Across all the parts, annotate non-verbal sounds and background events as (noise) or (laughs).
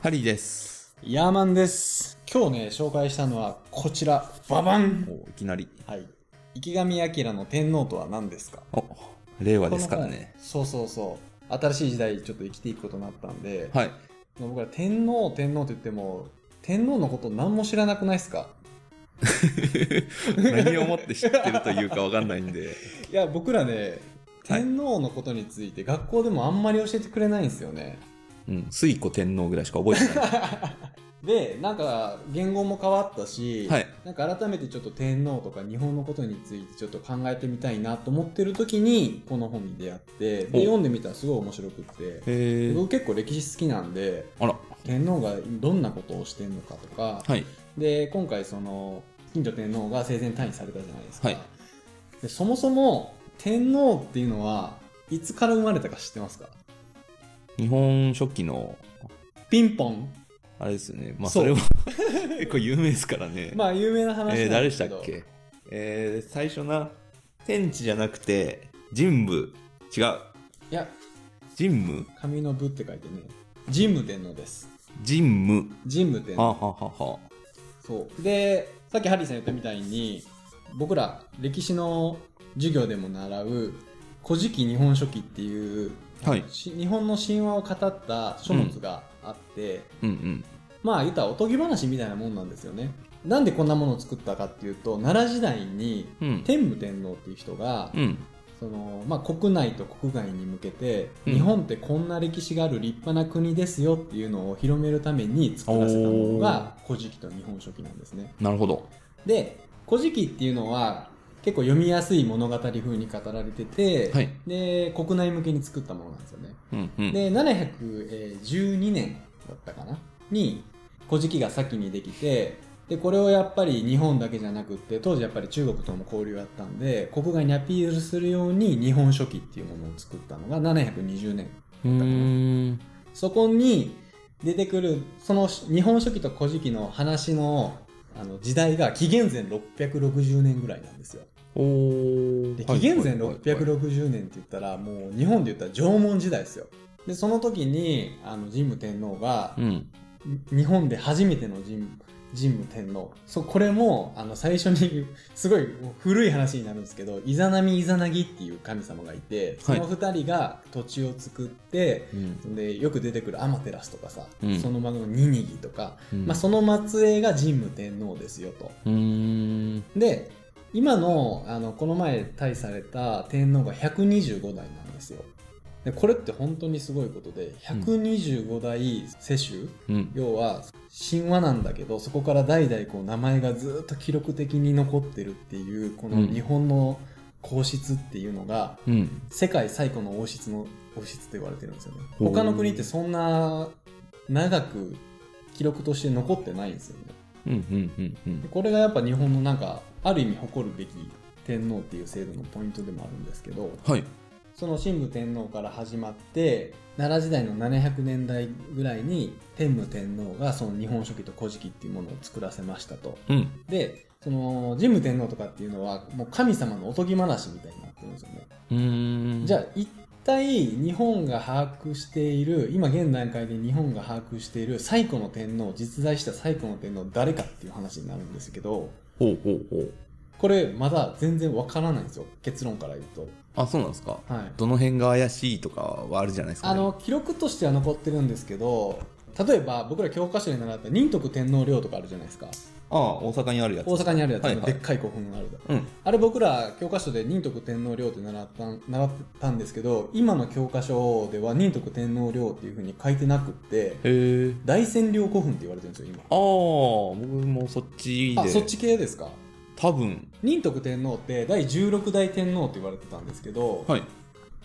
ハリーです。ヤーマンです。今日ね、紹介したのはこちら、ババンおいきなり。はい。池上彰の天皇とは何ですかお令和このですからね。本そうそうそう。新しい時代ちょっと生きていくことになったんで、はい。僕ら天皇、天皇って言っても、天皇のこと何も知らなくないですか何をもって知ってるというかわかんないんで。 (laughs) いや、僕らね、はい天皇のことについて学校でもあんまり教えてくれないんですよね。うん。水古天皇ぐらいしか覚えて (laughs) ない。で、なんか言語も変わったし、はい。なんか改めてちょっと天皇とか日本のことについてちょっと考えてみたいなと思ってる時にこの本に出会っておで読んでみたらすごい面白くってへー僕結構歴史好きなんであら。天皇がどんなことをしてんのかとかはい。で今回その金城天皇が生前退位されたじゃないですか、はいでそもそも天皇っていうのはいつから生まれたか知ってますか日本初期の、ピンポンあれですよね。まあ、そそうれは (laughs) 結構有名ですからね。まあ有名な話なんえー誰でですしけたど、っけえー、最初な、天地じゃなくて、神武。違う。いや神武神の部って書いてね神武天皇です神武。神武天はあ、皇はあはあはそうでさっきハリーさん言ったみたいに僕ら歴史の授業でも習う「古事記日本書紀」っていう、あ、はい。し日本の神話を語った書物があって、うんうん。まあ言ったらおとぎ話みたいなもんなんですよねなんでこんなものを作ったかっていうと奈良時代にうん。天武天皇っていう人が、うん。そのまあ、国内と国外に向けて、うん日本ってこんな歴史がある立派な国ですよっていうのを広めるために作らせたものが「古事記」と「日本書紀」なんですね。なるほど。で「古事記」っていうのは結構読みやすい物語風に語られてて、はい。で国内向けに作ったものなんですよね。うんうん。で712年だったかなに「古事記」が先にできてでこれをやっぱり日本だけじゃなくって当時やっぱり中国とも交流あったんで国外にアピールするように「日本書紀」っていうものを作ったのが720年うーん。そこに出てくるその日本書紀と古事記の話のあの時代が紀元前660年ぐらいなんですよ。おで紀元前六。 660年って言ったらもう日本で言ったら縄文時代ですよ。でその時にあの神武天皇がうん。日本で初めての神神武天皇そうこれもあの最初に (laughs) すごいもう古い話になるんですけどイザナミイザナギっていう神様がいてその2人が土地を作って、うん。でよく出てくるアマテラスとかさ、うんその孫のニニギとか、うんまあ、その末裔が神武天皇ですよと。うーん。で今のあのこの前退位された天皇が125代なんですよ。でこれって本当にすごいことで125代世襲、うん。要は神話なんだけどそこから代々こう名前がずっと記録的に残ってるっていうこうのん日本の皇室っていうのがうん。世界最古の王室の王室と言われてるんですよねほう他の国ってそんな長く記録として残ってないんですよねうん。うん。うん。うんでこれがやっぱ日本のなんかある意味誇るべき天皇っていう制度のポイントでもあるんですけどはい。その神武天皇から始まって奈良時代の700年代ぐらいに天武天皇がその日本書紀と古事記っていうものを作らせましたと。うん。でその神武天皇とかっていうのはもう神様のおとぎ話みたいになってるんですよね。うーん。じゃあ一体日本が把握している今現段階で日本が把握している最古の天皇実在した最古の天皇誰かっていう話になるんですけどほうほうほう。これまだ全然わからないんですよ結論から言うと。あ、そうなんですか。はい、どの辺が怪しいとかはあるじゃないですか、あね。の記録としては残ってるんですけど例えば僕ら教科書で習った仁徳天皇陵とかあるじゃないですかああ、大阪にあるやつ。大阪にあるやつ、はいはいでっかい古墳があるうん。あれ僕ら教科書で仁徳天皇陵って習った習ったんですけど今の教科書では仁徳天皇陵っていうふうに書いてなくってへえ。大仙陵古墳って言われてるんですよ今ああ、僕もそっちで。あそっち系ですか多分。仁徳天皇って第16代天皇って言われてたんですけど、はい。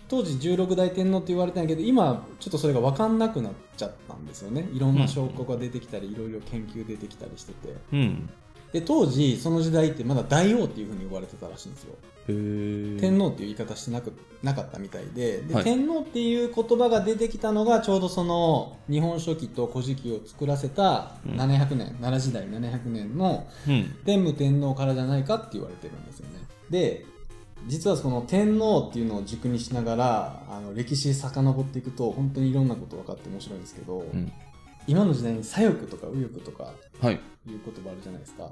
当時16代天皇って言われたんやけど今ちょっとそれが分かんなくなっちゃったんですよねいろんな証拠が出てきたりいろいろ研究出てきたりしててうん。で当時その時代ってまだ大王っていうふうに呼ばれてたらしいんですよ、へえ。天皇っていう言い方してなくなかったみたいでで、はい天皇っていう言葉が出てきたのがちょうどその「日本書紀」と「古事記」を作らせたうん700年、奈良時代700年のうん。天武天皇からじゃないかって言われてるんですよね。で実はその天皇っていうのを軸にしながらあの歴史遡っていくと本当にいろんなこと分かって面白いんですけど、うん。今の時代に左翼とか右翼とかはい。いう言葉あるじゃないですか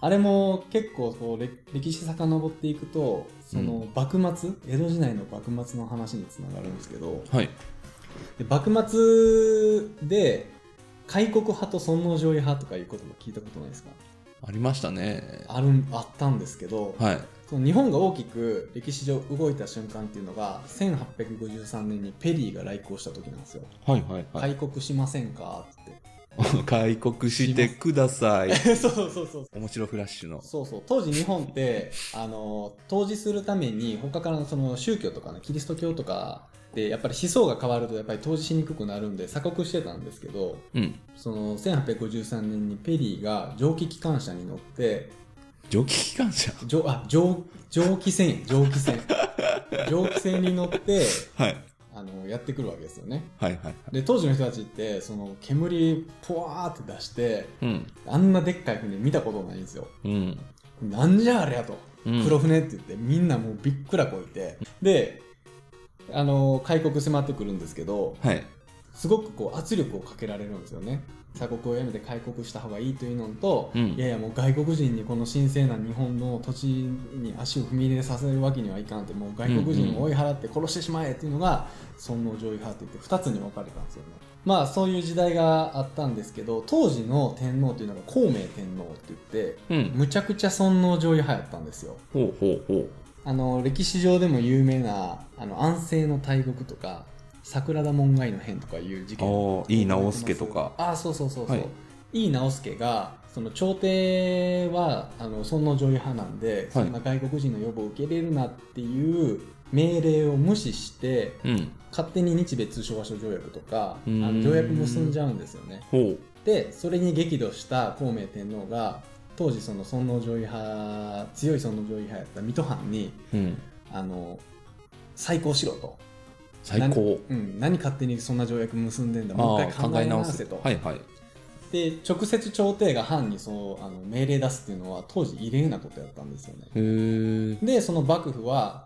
あれも結構こうれ歴史遡っていくとその幕末、江戸時代の幕末の話につながるんですけどはい。で幕末で開国派と尊王攘夷派とかいう言葉聞いたことないですかありましたね。あるんあったんですけど、はい。その日本が大きく歴史上動いた瞬間っていうのが1853年にペリーが来航した時なんですよ。はいはいはい。開国しませんか (laughs) っ開国してください。て。 (laughs) そうそうそうそう。面白フラッシュの。そうそう当時日本ってあの当時するために他からのその宗教とかねキリスト教とかでやっぱり思想が変わるとやっぱり当時しにくくなるんで鎖国してたんですけどうん。その1853年にペリーが蒸気機関車に乗って蒸気機関車。蒸あ蒸蒸気船や蒸気 (laughs) 船蒸気船に乗ってはい。あのやってくるわけですよねはいはいはい。で当時の人たちってその煙ポワーって出してうん。あんなでっかい船見たことないんですようん。なんじゃあれやとうん黒船って言ってみんなもうびっくらこいてであの開国迫ってくるんですけどはい。すごくこう圧力をかけられるんですよね鎖国をやめて開国した方がいいというのと、うんいやいやもう外国人にこの神聖な日本の土地に足を踏み入れさせるわけにはいかんってもう外国人を追い払って殺してしまえっていうのが尊王攘夷派って言って2つに分かれたんですよねまあそういう時代があったんですけど当時の天皇っていうのが孔明天皇って言ってうん。むちゃくちゃ尊王攘夷派やったんですよほうほうほう。あの歴史上でも有名なあの安政の大獄とか桜田門外の変とかいう事件おー井伊直弼とかああそうそうそうそう、はいい、い直弼がその朝廷はあの尊王攘夷派なんでそんな外国人の要望を受け入れるなっていう命令を無視してうん。勝手に日米通商和所条約とかあうーんの条約結んじゃうんですよねほう。でそれに激怒した孔明天皇が当時その尊王攘夷派強い尊王攘夷派やった水戸藩にうん。あの再考しろと、最高。うん、何勝手にそんな条約結んでんだあもうあ一ー考え回考え直直せすと、はいはい。で直接朝廷が藩にそうあの命令出すっていうのは当時異例なことやったんですよねへえ。でその幕府は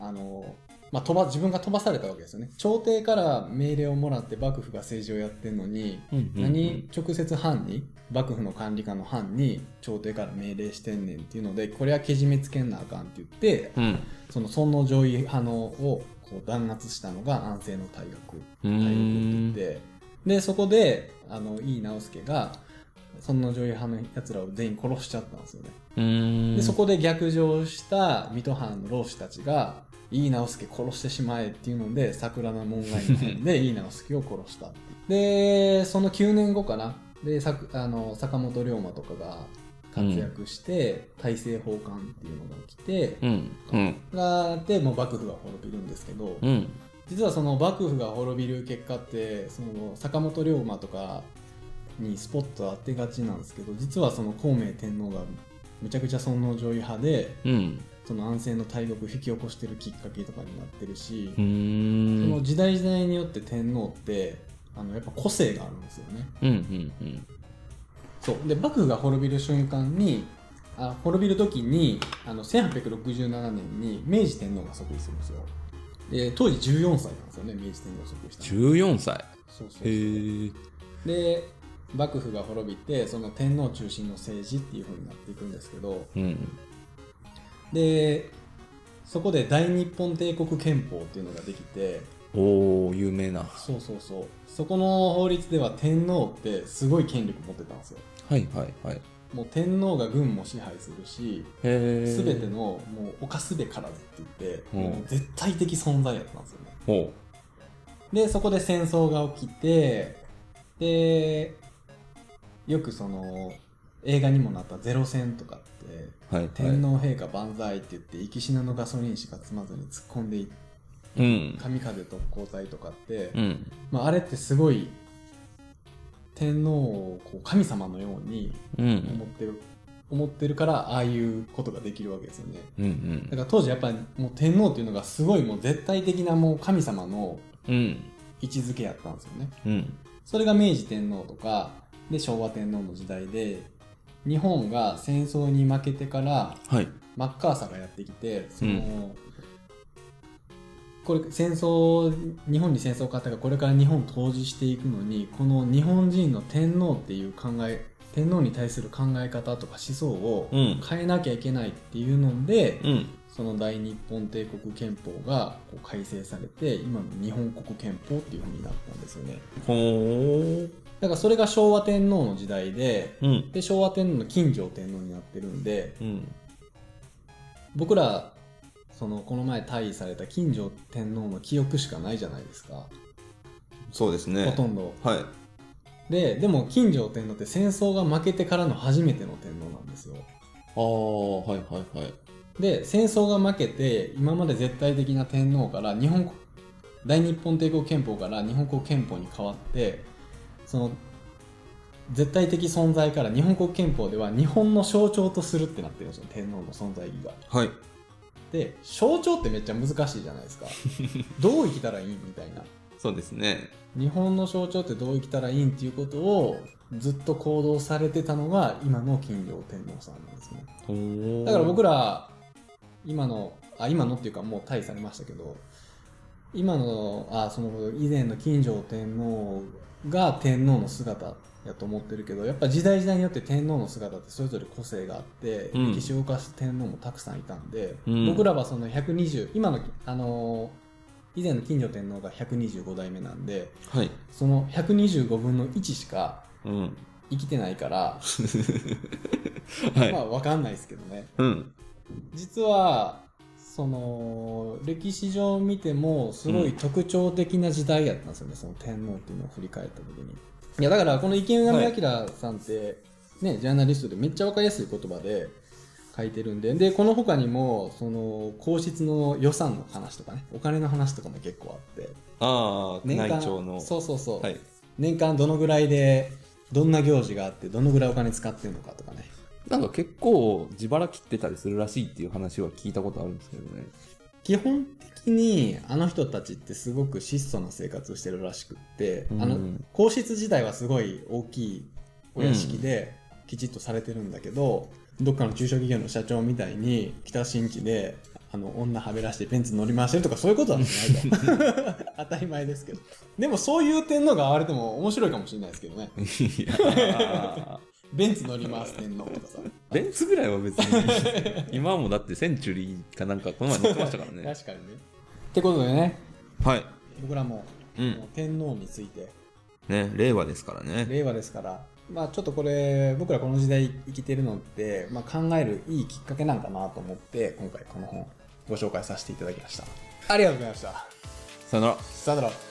あの、まあ、飛ば自分が飛ばされたわけですよね朝廷から命令をもらって幕府が政治をやってんのにうんうんうん何直接藩に幕府の管理下の藩に朝廷から命令してんねんっていうのでこれはけじめつけんなあかんって言ってうん。その尊王攘夷派のをこう弾圧したのが安政の大学うー大学って言っん。てでそこであの井伊直弼が尊王攘夷派のやつらを全員殺しちゃったんですよね、うーん。でそこで逆上した水戸藩の浪士たちが井伊直弼殺してしまえっていうので桜の門外の変 (laughs) で井伊直弼を殺したっていうでその9年後かなでさくあの坂本龍馬とかが活躍して、大政奉還っていうのが起きて、うん。うん。があってもう幕府が滅びるんですけど、うん。実はその幕府が滅びる結果ってその坂本龍馬とかにスポット当てがちなんですけど実はその孔明天皇がむちゃくちゃ尊王攘夷派でうん。その安政の大獄を引き起こしてるきっかけとかになってるしう、ん。その時代時代によって天皇ってあのやっぱ個性があるんですよね。うんうんうん。そうで幕府が滅びる瞬間にあ滅びる時にあの1867年に明治天皇が即位するんですよで当時14歳なんですよね明治天皇即位したの14歳。そうそうへそうえ。で幕府が滅びてその天皇中心の政治っていう風になっていくんですけどうん。でそこで大日本帝国憲法っていうのができておー、有名な。はそうそうそうそこの法律では天皇ってすごい権力持ってたんですよいはいはい。もう天皇が軍も支配するしへえ。すべてのもう犯すべからずって言って、うんもう絶対的存在やったんですよね。ほで、そこで戦争が起きて、で、よくその映画にもなったゼロ戦とかって、う。はいはい。天。皇陛下万歳って言って、生き死ぬのガソリンしか積まずに突っ込んでいっうん。神風特攻隊とかって、うん。まあ、あれってすごい天皇をこう神様のようにう思ん。ってる、思ってるから、ああいうことができるわけですよね。うんうんだ。から当時やっぱりもう天皇っていうのがすごいもう絶対的なもう神様のうん。位置づけやったんですよね。うん。それが明治天皇とかで昭和天皇の時代で日本が戦争に負けてからはい。マッカーサーがやってきてその、うこれ戦争日本に戦争を買ったがこれから日本を統治していくのにこの日本人の天皇っていう考え天皇に対する考え方とか思想をうん変えなきゃいけないっていうので、うんその大日本帝国憲法がこう改正されて今の日本国憲法っていう風になったんですよねほーだからそれが昭和天皇の時代でうんで昭和天皇の金城天皇になってるんでうん僕らそのこの前退位された金城天皇の記憶しかないじゃないですかそうですねほとんどはいででも金城天皇って戦争が負けてからの初めての天皇なんですよああはいはいはいで戦争が負けて今まで絶対的な天皇から日本国大日本帝国憲法から日本国憲法に変わってその絶対的存在から日本国憲法では日本の象徴とするってなってるんですよ天皇の存在意義がはいで象徴ってめっちゃ難しいじゃないですかどう生きたらいいみたいなそうですね日本の象徴ってどう生きたらいいんっていうことをずっと行動されてたのが今の金城天皇さんなんですねほーだから僕ら今のあ今のっていうかもう退位されましたけど今のあその以前の金城天皇が天皇の姿やと思ってるけどやっぱ時代時代によって天皇の姿ってそれぞれ個性があって、うん歴史を動かす天皇もたくさんいたんで、うん僕らはその120今のあの以前の金城天皇が125代目なんではいその125分の1しかうん生きてないから、はい、まあ分かんないですけどねうん実はその歴史上見てもすごい特徴的な時代やったんですよね、その天皇っていうのを振り返った時にいやだからこの池上彰さんって、ねジャーナリストでめっちゃ分かりやすい言葉で書いてるんででこの他にもその皇室の予算の話とかねお金の話とかも結構あってああ宮内庁のそうそうそう、はい年間どのぐらいでどんな行事があってどのぐらいお金使ってるのかとかねなんか結構自腹切ってたりするらしいっていう話は聞いたことあるんですけどね基本的にあの人たちってすごく質素な生活をしてるらしくって、うん (laughs) あの皇室自体はすごい大きいお屋敷できちっとされてるんだけど、どっかの中小企業の社長みたいに北新地であの女はべらしてベンツ乗り回してるとかそういうことは (laughs) ないと当たり前ですけどでもそういう天皇が現れても面白いかもしれないですけどねいやベンツ乗り回す天皇とかさベンツぐらいは別に (laughs) 今はもうだってセンチュリーかなんかこの前乗ってましたからね確かにねってことでねはい僕らも,、うんもう天皇についてね令和ですからね令和ですから、まあ、ちょっとこれ僕らこの時代生きてるのって、まあ、考えるいいきっかけなんかなと思って今回この本ご紹介させていただきましたありがとうございましたさよならさよなら